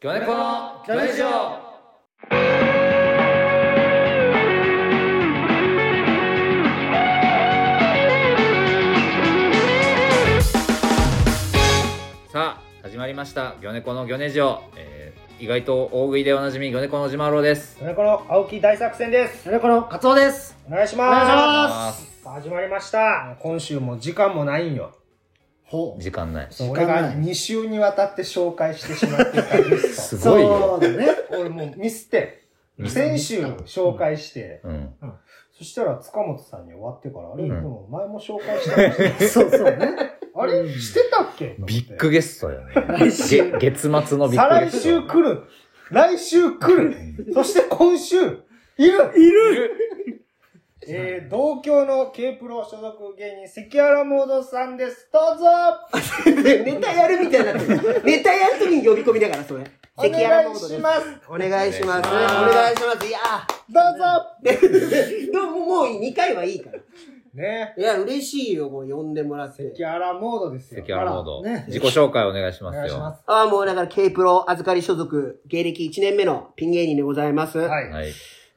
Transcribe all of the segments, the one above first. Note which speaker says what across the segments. Speaker 1: 魚猫の魚
Speaker 2: ラ
Speaker 1: ラジ
Speaker 2: ジ
Speaker 1: オ
Speaker 2: オ
Speaker 1: さあ始まりました魚猫の魚ネジオ、えー、意外と大食いでおなじみ魚猫のじまろうです
Speaker 2: それこの青木大作戦です。それこのカツオです。お願いします。
Speaker 3: お願いし
Speaker 1: ます
Speaker 2: さあ始まりました。今週も時間もないんよ。
Speaker 3: ほう。
Speaker 1: 時間ない
Speaker 2: そう
Speaker 3: 時
Speaker 2: 俺
Speaker 3: 間ない
Speaker 2: が2週にわたって紹介してしまってる感じで す
Speaker 1: すごいよ
Speaker 3: そうだね。
Speaker 2: 俺もうミスって
Speaker 1: う、ん
Speaker 2: 先週紹介して、
Speaker 1: うん
Speaker 2: そしたら塚本さんに終わってから、あれ、
Speaker 1: うん
Speaker 2: でも前も紹介したんです
Speaker 3: そうそうね。
Speaker 2: あれしてたっけ
Speaker 1: ビッグゲストよね
Speaker 3: 来週
Speaker 1: げ月末のビ
Speaker 2: 再
Speaker 1: ッグゲ
Speaker 2: 来
Speaker 1: スト
Speaker 2: 週来る。来週来 る。そして今週、いる。いる。えー、同郷の K プロ所属芸人、関原モードさんです。どうぞ
Speaker 3: ネタやるみたいになってる。ネタやるときに呼び込みだから、それ。
Speaker 2: お願いします。
Speaker 3: お願いします。お
Speaker 1: お願
Speaker 3: 願いします。いや
Speaker 2: どうぞ
Speaker 3: ーでももう2回はいいから。い
Speaker 2: ね
Speaker 3: や、嬉しいよ、もう呼んでもらって。
Speaker 2: 関原モードですよ。
Speaker 1: 関原モード、
Speaker 3: あらね
Speaker 1: 自己紹介お願いし
Speaker 2: お
Speaker 1: ます
Speaker 2: 願いし
Speaker 1: よ
Speaker 2: ます。
Speaker 3: ああ、もうだから K プロ預かり所属、芸歴1年目のピン芸人でございます。
Speaker 2: はい。
Speaker 1: はい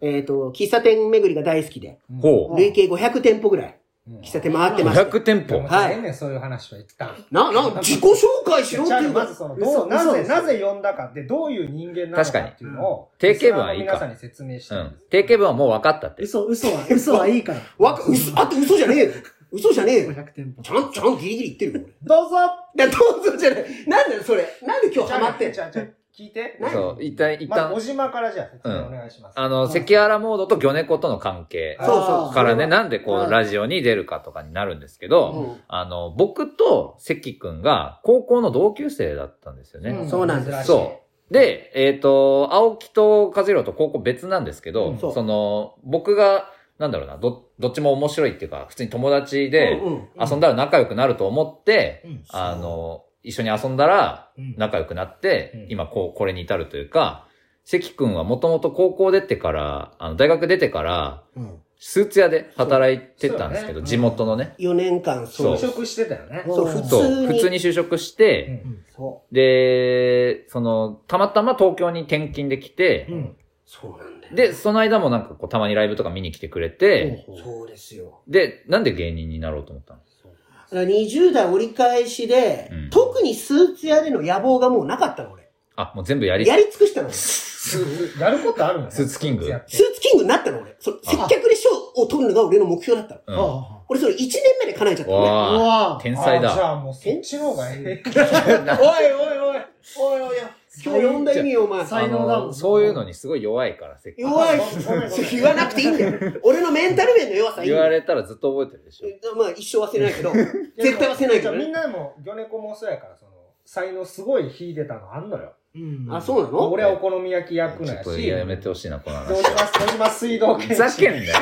Speaker 3: えっ、と、喫茶店巡りが大好きで、
Speaker 1: ほ
Speaker 3: 累計500店舗ぐらい、
Speaker 2: うん
Speaker 3: 喫茶店回っ
Speaker 1: う
Speaker 3: てまして。
Speaker 1: 500店舗
Speaker 3: はい
Speaker 2: はい。ねんそういう話は一旦。
Speaker 3: な、な、自己紹介しろっ
Speaker 2: じ
Speaker 3: て
Speaker 2: ゃあ
Speaker 3: いう
Speaker 2: ま
Speaker 3: か
Speaker 2: ずその、
Speaker 3: 嘘
Speaker 2: どう、な
Speaker 3: 嘘
Speaker 2: ぜ、
Speaker 3: 嘘
Speaker 2: なぜ呼んだかって、どういう人間なのかっていうのを、
Speaker 1: 確かに定型文はいいか
Speaker 2: リスナーの皆さんに説明し
Speaker 1: う
Speaker 2: たん
Speaker 1: ん
Speaker 2: です。
Speaker 1: 定型文はもう分かったって
Speaker 4: 嘘、嘘は、嘘はいいから。
Speaker 3: わか、嘘、あと嘘じゃねえよ。嘘じゃねえよ。
Speaker 4: 500店舗。
Speaker 3: ちゃん、ちゃんギリギリ言ってるよ、
Speaker 2: どうぞ
Speaker 3: 俺。だ、どうぞじゃない。なんだよ、それ。なんで今日ハマってん
Speaker 2: じゃあじゃあ聞いて。
Speaker 1: そう一旦一
Speaker 2: まず、
Speaker 1: 旦、
Speaker 2: 小島からじゃあ説明お願いします。
Speaker 1: あの関原モードと魚猫との関係
Speaker 2: あ
Speaker 3: そうそ
Speaker 4: あー
Speaker 3: う。
Speaker 1: からね、なんでこ
Speaker 3: は
Speaker 1: う、
Speaker 3: い
Speaker 1: ラジオに出るかとかになるんですけど、
Speaker 3: う
Speaker 1: あの、僕と関くんが高校の同級生だったんですよ
Speaker 3: ん
Speaker 1: ね。
Speaker 3: そうなんです
Speaker 2: 珍しい
Speaker 1: そう。で、えっ、と、青木と和弘と高校別なんですけど、
Speaker 2: うん
Speaker 3: そう
Speaker 1: その、僕が、なんだろうな、ど、どっちも面白いっていうか、普通に友達で
Speaker 3: うんうん
Speaker 1: 遊んだら仲良くなると思って、
Speaker 2: うん
Speaker 1: あの、一緒に遊んだら
Speaker 2: うん
Speaker 1: 仲良くなって、
Speaker 2: うん
Speaker 1: 今こう、これに至るというか、関くんはもともと高校出てから、あの、大学出てから、
Speaker 3: ん。
Speaker 1: スーツ屋で働いてたんですけど、
Speaker 2: そうそうね
Speaker 1: 地元のね。
Speaker 3: 4年間、そ。
Speaker 1: そう
Speaker 2: 就職してたよね。
Speaker 3: そう、
Speaker 4: うん
Speaker 3: 普
Speaker 1: そう。
Speaker 3: 通に。
Speaker 1: 普通に就職して、
Speaker 2: ん。
Speaker 3: そ
Speaker 1: で、その、たまたま東京に転勤できて、
Speaker 2: うん。
Speaker 3: う。そうなんだよ。
Speaker 1: で、その間もなんかこう、たまにライブとか見に来てくれて、
Speaker 3: そうですよ。
Speaker 1: で、なんで芸人になろうと思ったの
Speaker 3: だから20代折り返しで、
Speaker 1: うん
Speaker 3: 特にスーツ屋での野望がもうなかったの、俺。
Speaker 1: あ、もう全部やり、
Speaker 3: やり尽くしたの、俺。ス
Speaker 2: スーツやることあるの
Speaker 1: スーツキング
Speaker 2: やっ
Speaker 3: ー
Speaker 2: て
Speaker 3: ツキングになったの、俺。その接客で賞を取るのが俺の目標だった
Speaker 1: う
Speaker 3: の。
Speaker 1: ん。わ
Speaker 4: あ
Speaker 3: 俺、それ1年目で叶えちゃったの、ね。
Speaker 4: あ。
Speaker 1: あ
Speaker 4: わ
Speaker 1: 天才
Speaker 2: あじ
Speaker 1: だ。
Speaker 2: ゃあもうそっちの方がいい。
Speaker 3: おいおいおい。おいおいや。今日呼んだ意味よ、お前。
Speaker 4: さ才能だもん
Speaker 1: あのそういうのにすごい弱いから、せっかく
Speaker 3: 弱い
Speaker 2: ごめんごめん。
Speaker 3: 言わなくていいんだよ。俺のメンタル面の弱さいいん
Speaker 1: 言
Speaker 3: だ
Speaker 1: わ
Speaker 3: よ。
Speaker 1: れたらずっと覚えてるでしょ。
Speaker 3: まあ、一生忘れないけど、絶対忘れないけ
Speaker 2: じゃ
Speaker 3: ど
Speaker 2: あみん
Speaker 3: ね。
Speaker 2: なでも、魚猫もそうやから、その、才能すごい秀でたのあんのよ。
Speaker 4: うん
Speaker 3: あ、そうなの
Speaker 2: 俺はお好み焼き焼く
Speaker 1: ち
Speaker 2: の
Speaker 1: ょっ
Speaker 2: やし。
Speaker 1: とやめてほしいな、この
Speaker 2: ど
Speaker 1: 話
Speaker 2: うし。ますどうします水道
Speaker 1: ふ
Speaker 2: 検
Speaker 1: ざけ
Speaker 2: 診。
Speaker 1: んなよ。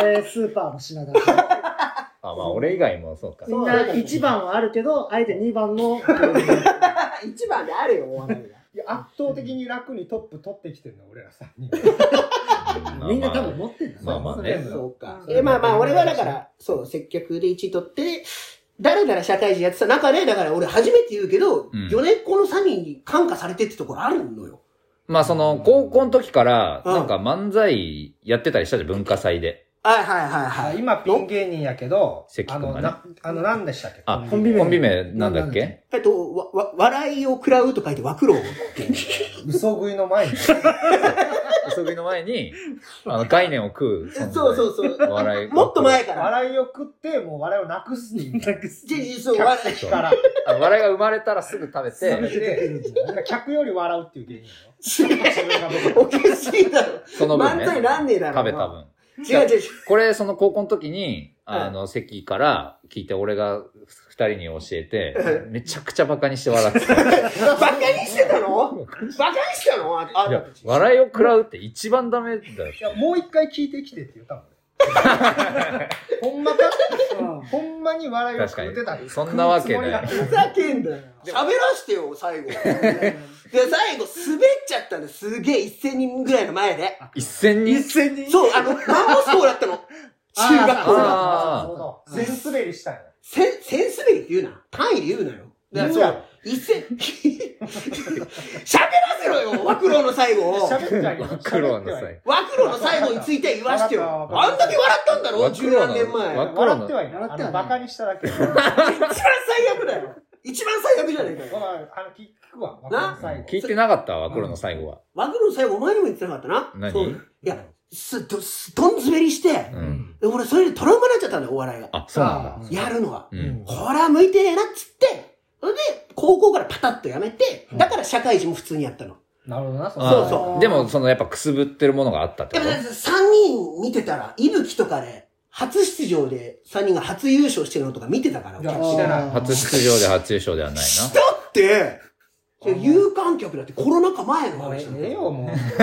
Speaker 4: 俺、スーパーの品だ。
Speaker 1: あ、まあ俺以外もそうか。
Speaker 4: みんな1番はあるけど、あえて2番の。
Speaker 3: 一番であるよ、お笑いが。
Speaker 2: いや圧倒的に楽にトップ取ってきてるの、俺らさ。
Speaker 1: まあ
Speaker 4: みんな多分持ってんだ。
Speaker 1: まあまあ ね。
Speaker 3: そうか。
Speaker 2: うん
Speaker 3: え、まあまあ、俺はだから、そう、接客で1位取って、だらだら社会人やってた中で、だから俺初めて言うけど、
Speaker 1: うん
Speaker 3: 4年後のサミーに感化されてってところあるのよ。
Speaker 1: まあその、高校の時から、
Speaker 3: うん
Speaker 1: なんか漫才やってたりしたじゃん、文化祭で。
Speaker 3: はいはいはい
Speaker 2: あ
Speaker 3: はい。
Speaker 2: 今、ピン芸人やけど
Speaker 1: 関、
Speaker 2: あ
Speaker 1: 君
Speaker 2: の、
Speaker 1: がね
Speaker 2: な、あの、何でしたっけ
Speaker 1: あ、
Speaker 2: コ
Speaker 1: コ
Speaker 2: ン
Speaker 1: ン
Speaker 2: ビ
Speaker 1: ビ名。
Speaker 2: 名
Speaker 1: なんだっけ
Speaker 3: えっと、わ、わ、笑いを食らうと書いて、わくろうっていう。
Speaker 2: 嘘食いの前に。
Speaker 1: 遊びの前に、あの、概念を食う。
Speaker 3: そうそうそう。
Speaker 1: う。笑い。
Speaker 3: もっと前から。
Speaker 2: 笑いを食って、もう笑いをなくすっていう。
Speaker 3: じゃじゃそう、
Speaker 2: 客
Speaker 3: 笑い。
Speaker 2: 席から。
Speaker 1: あ。笑いが生まれたらすぐ食べて、
Speaker 2: で、客より笑うっていう芸人よ。
Speaker 3: おかしいだろ。
Speaker 1: その分ね。
Speaker 3: 漫才なんねえだろ。
Speaker 1: 食べた分。
Speaker 3: 違う違う違う。
Speaker 1: これ、その高校の時に、
Speaker 3: はい
Speaker 1: あの、席から聞いて、俺が二人に教えて、めちゃくちゃバカにして笑ってた。い
Speaker 3: バカにしてたのバカにしてたのああ
Speaker 1: や、笑いを食らうって一番ダメだよ。
Speaker 2: いや、もう一回聞いてきてって言ったもん。 ほんまかほんまに笑いを
Speaker 1: 確か
Speaker 2: 食
Speaker 1: に
Speaker 2: ってたん。です
Speaker 1: そんなわけない。
Speaker 3: ふざけんだよ。喋らしてよ、最後。で、最後、滑っちゃったんだよすげえ、1000人ぐらいの前で。
Speaker 1: 一千人
Speaker 4: 1000人
Speaker 3: そう、あの、マンモス校だったの。中学校だ。
Speaker 2: ああ、そうだ。全滑りしたんや。
Speaker 3: せん、せん滑りって言うな。単位で言うなよ。だからそう
Speaker 2: 言うやろ
Speaker 3: 一戦、喋らせろよ、和黒の最後を。
Speaker 2: 喋っては いる
Speaker 1: ワクロの際。
Speaker 3: 和黒の最後について言わしてよ。
Speaker 2: わかったわ
Speaker 3: あ
Speaker 2: か
Speaker 3: ん
Speaker 2: った
Speaker 3: だけ笑ったんだろ、
Speaker 1: 和
Speaker 3: 十
Speaker 1: 黒
Speaker 3: 何
Speaker 1: の
Speaker 3: 年前。
Speaker 1: 和
Speaker 2: 笑ってはいる。
Speaker 4: 笑
Speaker 2: あ
Speaker 4: っては
Speaker 2: の、
Speaker 4: いる
Speaker 2: バカにしただけ。
Speaker 3: 一番最悪だよ。一番最悪じゃないか
Speaker 2: ご
Speaker 3: よ。
Speaker 2: めんあの、聞くわ。わかんない
Speaker 1: 聞いてなかったわ、ワクロの最後は。
Speaker 3: マグロの最後、お前にも言ってなかったな。
Speaker 1: 何
Speaker 3: そういや、す、ど、す、どん滑りして、
Speaker 1: うん。
Speaker 3: で俺、それでトラウマになっちゃったんだよ、お笑いが。
Speaker 1: あ、そうなんだ。
Speaker 4: あ
Speaker 3: やるのは。
Speaker 1: う。
Speaker 2: うんん。
Speaker 3: ほら、向いてねえな、っつって。それで、高校からパタッとやめて、だから社会人も普通にやったの。
Speaker 2: なるほどな、そ
Speaker 1: あー
Speaker 3: そう
Speaker 4: そう
Speaker 1: でも、その、やっぱくすぶってるものがあったって
Speaker 3: で
Speaker 1: こ
Speaker 3: も、
Speaker 1: と
Speaker 3: 3人見てたら、いぶきとかで、初出場で3人が初優勝してるのとか見てたから、お客
Speaker 2: いや
Speaker 3: さ
Speaker 2: 知
Speaker 3: ん。
Speaker 2: ら
Speaker 4: あ
Speaker 2: ない
Speaker 4: ー
Speaker 1: 初出場で初優勝ではない
Speaker 3: だって、
Speaker 2: あー
Speaker 3: 有観客だってコロナ禍前の
Speaker 2: もうえ
Speaker 3: 話なんだ
Speaker 2: え
Speaker 3: よ。
Speaker 2: よ、 もう。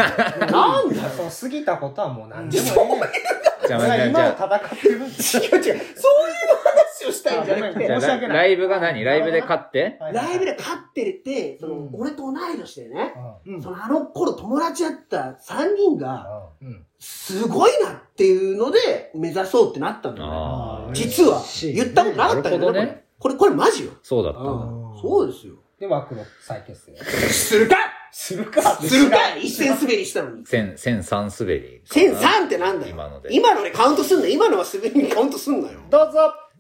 Speaker 3: なんだよ。
Speaker 2: そう、過ぎたことはもう何でもえ
Speaker 1: な。 じゃあ、
Speaker 2: え
Speaker 1: じゃ
Speaker 2: よ。
Speaker 1: あじ
Speaker 2: 今
Speaker 1: ゃ
Speaker 2: を戦ってるんだ
Speaker 3: 違う違う。そういう 話をしたいんじゃなく
Speaker 2: ごめ
Speaker 3: て
Speaker 2: ん
Speaker 1: あ
Speaker 2: ごめ、申し
Speaker 1: ラ
Speaker 2: 訳ない
Speaker 1: ライブが何ライブで勝って
Speaker 3: ライブで勝ってるって、その、
Speaker 4: うん
Speaker 3: 俺と同い年でね、
Speaker 2: う
Speaker 4: うん
Speaker 3: そのあの頃友達だった3人が、
Speaker 2: んうん。
Speaker 3: すごいなっていうので、目指そうってなったんだよね。
Speaker 1: ああ、
Speaker 3: 実は、
Speaker 4: しい
Speaker 3: 言ったことなかったんだよ
Speaker 1: なるほど
Speaker 3: ね。これ、これこれマジよ。
Speaker 1: そうだったんだ。
Speaker 3: そうですよ。
Speaker 2: で、ワクロ再結成。
Speaker 3: するか
Speaker 2: するか
Speaker 3: するか一戦滑りしたのに。
Speaker 1: 千、千三滑り。
Speaker 3: 千三ってなんだよ。
Speaker 1: 今ので
Speaker 3: 今のでカウントすんの今のは滑りにカウントすんのよ。
Speaker 2: どうぞ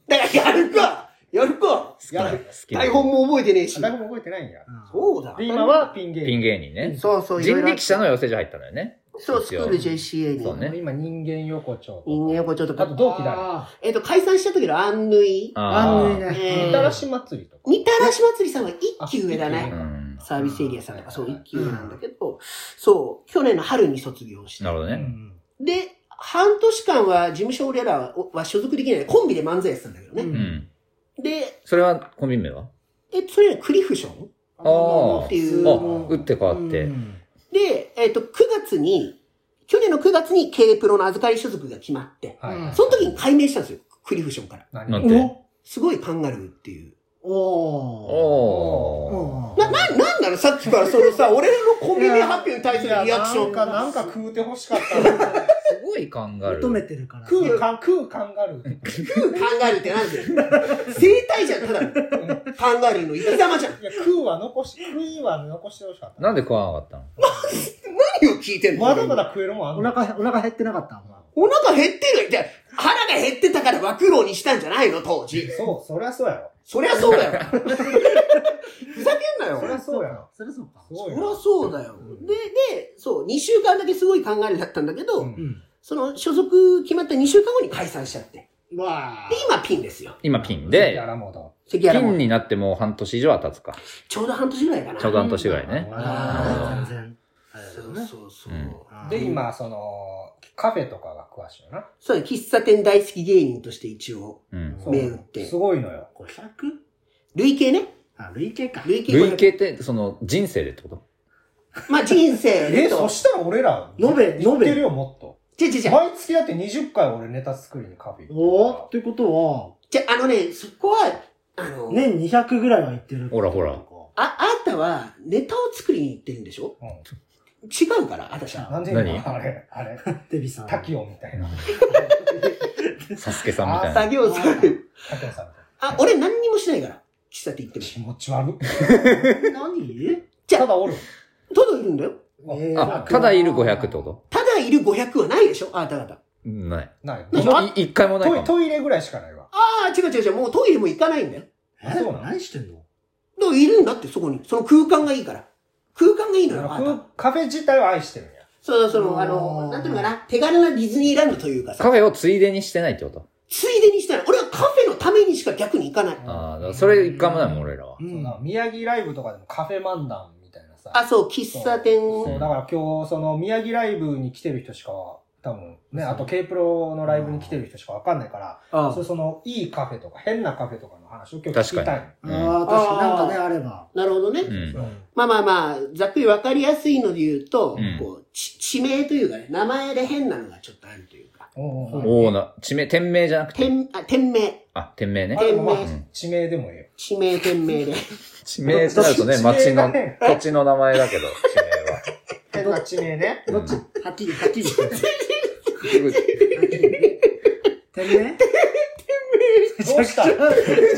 Speaker 3: だからやるかやるか
Speaker 1: 好きな、
Speaker 2: や
Speaker 1: 好
Speaker 2: る
Speaker 1: きな
Speaker 3: 台。本も覚えてねえし。
Speaker 2: 誰も覚えてないんや。
Speaker 3: そうだ。
Speaker 2: で、今はピン芸
Speaker 1: ピン
Speaker 2: 人。
Speaker 1: 芸人ね。
Speaker 3: そうそう、いろ
Speaker 1: 人
Speaker 3: いろあっ
Speaker 1: 力車の養成所入ったのよね。
Speaker 3: そう、スクール JCA
Speaker 1: そう
Speaker 3: に。
Speaker 1: ね
Speaker 2: 今、人間横丁。
Speaker 3: 人間横丁と
Speaker 2: あ
Speaker 3: か
Speaker 2: と。同期だ。
Speaker 4: あ
Speaker 3: えっと、解散した時のアンヌイ。
Speaker 4: ー
Speaker 1: あ
Speaker 4: あ
Speaker 1: ー
Speaker 4: んねね。
Speaker 3: え
Speaker 2: み
Speaker 3: ー
Speaker 2: たらし祭りとか。
Speaker 3: みたらし祭りさんは一級上だ
Speaker 2: あ一級
Speaker 1: う
Speaker 3: ね
Speaker 2: 上。
Speaker 1: ん。
Speaker 3: サービスエリアさんとか、そう、
Speaker 2: うん
Speaker 3: 一級上なんだけど、そう、去年の春に卒業して
Speaker 1: な。るほど
Speaker 2: う
Speaker 1: ね。
Speaker 2: ん
Speaker 3: で、半年間は事務所俺らはは所属できない。コンビで漫才やってたんだけど
Speaker 4: う
Speaker 3: ね。
Speaker 1: うんん。
Speaker 3: で、
Speaker 1: それはコンビ名は
Speaker 3: え、それがクリフション
Speaker 1: ああ。
Speaker 3: っていう
Speaker 1: あ、打って変わって。
Speaker 3: で、えっ、と、9月に、去年の9月に K プロの預かり所属が決まって、
Speaker 2: はい。
Speaker 3: その時に改名したんですよ。クリフションから。
Speaker 1: な
Speaker 2: 何
Speaker 1: んて。
Speaker 3: すごいカンガルーっていう。
Speaker 4: おー
Speaker 1: おー。
Speaker 3: な、
Speaker 4: お
Speaker 3: な、なんなのさっきからそのさ、俺のコンビ名発表に対するリアクション。
Speaker 2: か、なんか食うてほしかった。
Speaker 1: すごい考え
Speaker 4: ー
Speaker 1: る。
Speaker 4: 求めてるから。
Speaker 2: 食う、か、食うカンガルー。
Speaker 3: 食うカンガルーってなんだよ。生態じゃん、ただの。カンガルーの生き様じゃん。
Speaker 2: いや、食うは残し、食いは残してほしかった。
Speaker 1: なんで食わなかったの
Speaker 3: 何を聞いてんの
Speaker 2: まだまだ食えるもんあ
Speaker 4: お
Speaker 2: んの
Speaker 4: 腹、お腹減ってなかった
Speaker 3: お腹減ってるよ。じゃあ腹が減ってたから和苦労にしたんじゃないの、当時。
Speaker 2: そう、そりゃそうやろ。
Speaker 3: そりゃそうだよ。ふざけんなよ。
Speaker 2: そりゃそうやろ。
Speaker 4: それそうか。
Speaker 2: すごい
Speaker 3: そりゃ
Speaker 2: よ。
Speaker 3: そうだよ。で、で、そう、2週間だけすごい考えだったんだけど、
Speaker 2: うん
Speaker 4: うん。
Speaker 3: その所属決まった2週間後に解散しちゃって。
Speaker 4: わ
Speaker 3: で、今ピンですよ。
Speaker 1: 今ピン
Speaker 2: 関
Speaker 1: で、
Speaker 2: 原モード
Speaker 3: 関
Speaker 1: ピ
Speaker 3: 原も
Speaker 1: ン。になってもう半年以上は経つか。
Speaker 3: ちょうど半年ぐらいかな。
Speaker 1: ちょうど半年ぐらいね。
Speaker 4: あ
Speaker 3: あ
Speaker 4: あ、全然。あれだ
Speaker 3: そ
Speaker 4: よ
Speaker 3: う
Speaker 4: ね
Speaker 3: そうそう。
Speaker 1: うん
Speaker 2: で、今、その、カフェとかが詳しいよな。
Speaker 3: そうだ喫茶店大好き芸人として一応、
Speaker 1: うん。
Speaker 2: そう
Speaker 3: 銘打って
Speaker 2: すごいのよ。
Speaker 3: 500? 累計ね。
Speaker 4: あ、累計か。
Speaker 3: 累計500
Speaker 1: 累計って、その、人生でってこと
Speaker 3: まあ人生
Speaker 2: え、
Speaker 3: で
Speaker 2: そ
Speaker 3: と。
Speaker 2: したら俺ら、
Speaker 4: 延べ
Speaker 2: 言ってるよ、もっと。
Speaker 3: じゃじゃじゃ
Speaker 2: 毎月だって20回俺ネタ作りにカフェ行
Speaker 4: おお
Speaker 2: っ
Speaker 4: ってことは、
Speaker 3: じゃあのね、そこは、あの、
Speaker 4: 年200ぐらいは行ってる。
Speaker 1: ほらほら
Speaker 3: あ、あなたはネタを作りに行ってるんでしょ
Speaker 2: た。うん
Speaker 3: 違うから、あたしは。
Speaker 2: なんで
Speaker 1: 何
Speaker 2: 今あれ、あれ、
Speaker 4: デビさん。
Speaker 2: タキオみたいな。
Speaker 1: サスケさんみたいな。
Speaker 3: 作業される。
Speaker 2: タキオさんみ
Speaker 3: あ、俺何にもしないから。喫茶店行って
Speaker 2: たいな。
Speaker 3: も。
Speaker 2: 気持ち悪い。
Speaker 4: 何
Speaker 3: じゃ
Speaker 2: た
Speaker 3: あ、
Speaker 2: だおる。
Speaker 3: トドいるんだよ。
Speaker 4: えー
Speaker 1: あ、ただいる500ってこ
Speaker 3: ただいる500はないでしょあなた方。
Speaker 1: とない。
Speaker 2: ない。
Speaker 1: いい一回もない
Speaker 2: ト
Speaker 1: か
Speaker 2: イ
Speaker 1: も。
Speaker 2: トイレぐらいしかないわ。
Speaker 3: ああ、違う違う違う。もうトイレも行かないんだよ。
Speaker 4: え
Speaker 2: そうなの
Speaker 4: 何してんの
Speaker 3: だからいるんだって、そこに。その空間がいいから。空間がいいのよ。あなた
Speaker 2: カフェ自体は愛してるんや。
Speaker 3: そう、その、あ
Speaker 4: あー
Speaker 3: の、なんていうのかな。手軽なディズニーランドというかさ。
Speaker 1: カフェをついでにしてないってこと
Speaker 3: ついでにしたら、俺はカフェのためにしか逆に行かない。
Speaker 1: ああ、だからそれ一回もないもん、俺らは。
Speaker 4: う。
Speaker 2: そうなん宮城ライブとかでもカフェ漫談みたいなさ。
Speaker 3: あ、そう、喫茶店。
Speaker 2: そう、だから今日、その宮城ライブに来てる人しか、多分ね、あと K プロのライブに来てる人しかわかんないから、
Speaker 3: あ
Speaker 2: そうその、いいカフェとか、変なカフェとかの話を今日聞きたい。
Speaker 4: あ
Speaker 1: うん
Speaker 4: あ、確かになんかね、
Speaker 3: あ
Speaker 4: あれば。
Speaker 3: なるほどね。
Speaker 1: うん。
Speaker 3: まあまあまあ、ざっくりわかりやすいので言うと、
Speaker 1: うん
Speaker 3: こう、ち地名というかね、名前で変なのがちょっとあるというか。
Speaker 2: おうおうお
Speaker 1: お
Speaker 2: う
Speaker 1: おな、地名、店名じゃなくて、
Speaker 3: 店、あ、店名。
Speaker 1: あ、店名ね
Speaker 2: あ。でもまあ
Speaker 1: うん
Speaker 2: 地名でもいいよ。
Speaker 3: 地名、店名で。
Speaker 1: 地名ってなるとね、
Speaker 2: 地
Speaker 1: 町
Speaker 2: 名が
Speaker 1: の
Speaker 2: ね、
Speaker 1: 土地の名前だけど、地名は。
Speaker 2: 変な地名ね。
Speaker 1: どっち
Speaker 4: はっきり、はっきりして。
Speaker 1: すぐ
Speaker 4: てめえ
Speaker 2: どうした
Speaker 4: めち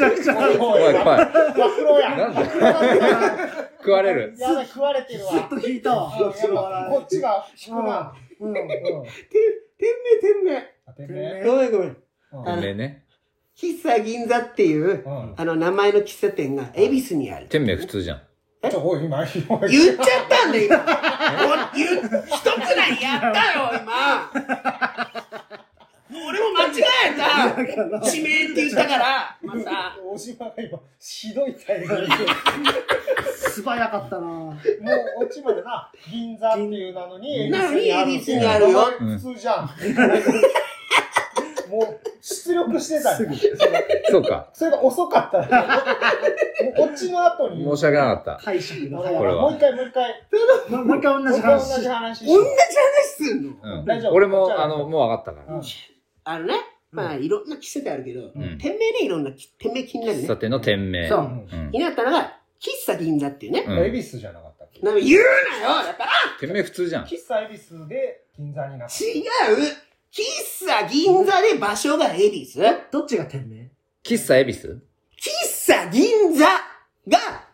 Speaker 4: ゃくちゃ。
Speaker 2: おいお
Speaker 4: ず
Speaker 1: おいおい
Speaker 2: マクロや。
Speaker 1: なんだ
Speaker 2: だ
Speaker 1: 食われる
Speaker 2: やだ、食われてるわ。
Speaker 4: っと引いたわ。
Speaker 2: あやっぱこっちが引くな。
Speaker 4: うんうん
Speaker 3: 店名、
Speaker 2: 当てね
Speaker 3: 店名。ごめんごめん。
Speaker 2: うん
Speaker 1: 店名ね
Speaker 3: 喫茶銀座っていう、
Speaker 2: うん
Speaker 3: あの、名前の喫茶店が、恵比寿にある。
Speaker 1: 店名普通じゃん
Speaker 2: ちょ、おい、今、今
Speaker 3: 言っちゃったんだよ、今。お言う一つないやったよ、今。俺も間違えた。地名って言ったから、また。
Speaker 2: 大島が今、ひどいタイミングで、
Speaker 4: 素早かったな。
Speaker 2: もう落ちまでな、銀座っていうなのに、
Speaker 3: なのに
Speaker 2: 恵比寿にあ
Speaker 3: 恵比寿にある
Speaker 2: る
Speaker 3: よ
Speaker 2: 普通じゃん。もう、出力してた
Speaker 4: す
Speaker 2: よ
Speaker 4: ぐ。
Speaker 1: そうか
Speaker 2: それが遅かったら、もうこっちの後に、
Speaker 1: 申し訳なかっ
Speaker 4: 解釈が
Speaker 2: も
Speaker 4: 早
Speaker 1: こ
Speaker 4: い。
Speaker 1: れは
Speaker 2: う一回、もう一回、
Speaker 4: ももう一回
Speaker 2: も
Speaker 4: 同
Speaker 2: う
Speaker 4: じ
Speaker 2: 一回同
Speaker 4: 話
Speaker 2: じ。話
Speaker 3: 同じ
Speaker 2: し
Speaker 3: 話すんの
Speaker 1: た、うん
Speaker 2: 大丈、夫
Speaker 1: 俺もあのもう分かったから
Speaker 3: あのね、まあ、いろんな喫茶店あるけど、
Speaker 1: うん
Speaker 3: 店名ね、いろんなき、店名気になる
Speaker 1: 喫茶
Speaker 3: ね。
Speaker 1: 店の店名
Speaker 3: そう
Speaker 1: うん
Speaker 3: 気になったのが、喫茶銀座っていうね。
Speaker 1: う
Speaker 2: て。
Speaker 1: ん
Speaker 2: 恵比寿じゃなかったっけ
Speaker 3: なんか言うなよだから
Speaker 1: 店名普通じゃん
Speaker 2: 喫茶恵比寿で銀座になった。
Speaker 3: 違う喫茶銀座で場所が恵比寿喫
Speaker 4: どっちが店名
Speaker 1: 喫茶恵比寿
Speaker 3: 茶銀座が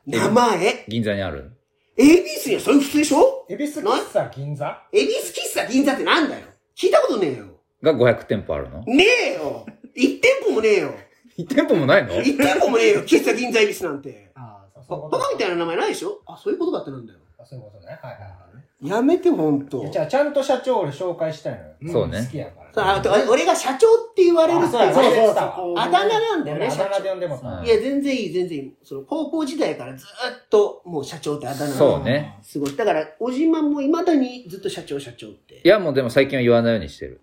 Speaker 3: 名前
Speaker 1: 銀座にある
Speaker 3: 恵比寿にはそれ普通でしょ
Speaker 2: 恵比寿喫茶銀座
Speaker 3: 恵比寿喫茶銀座ってなんだよ聞いたことねえよ
Speaker 1: が500店舗あるの
Speaker 3: ねえよ一店舗もねえよ
Speaker 1: 1店舗もないの
Speaker 3: 一店舗もねえよ喫茶銀座恵比寿なんて
Speaker 4: ああ、そ
Speaker 2: そう
Speaker 4: う
Speaker 2: いう
Speaker 3: バ
Speaker 2: こと
Speaker 3: バカみたいな名前ないでしょあ、そういうことかってなんだよ
Speaker 2: あそういうことね。はいはいはい。
Speaker 3: やめてほんと
Speaker 2: いやじゃあ、ちゃんと社長俺紹介したいのよ。
Speaker 1: そうね
Speaker 2: 好きやから。
Speaker 3: ああと俺が社長って言われるってい
Speaker 2: あそうや
Speaker 3: う
Speaker 2: そう
Speaker 4: そう。
Speaker 3: あだ名なんだよ
Speaker 2: 俺、
Speaker 3: ね
Speaker 2: あ
Speaker 3: 社
Speaker 2: だ名で
Speaker 3: 長
Speaker 2: 呼んでもさ
Speaker 1: うん
Speaker 3: いや全然いい全然いいその高校時代からずーっともう社長ってあだ名
Speaker 1: そうね
Speaker 3: すごい。だから、小島も未だにずっと社長社長って。
Speaker 1: いやもうでも最近は言わないようにしてる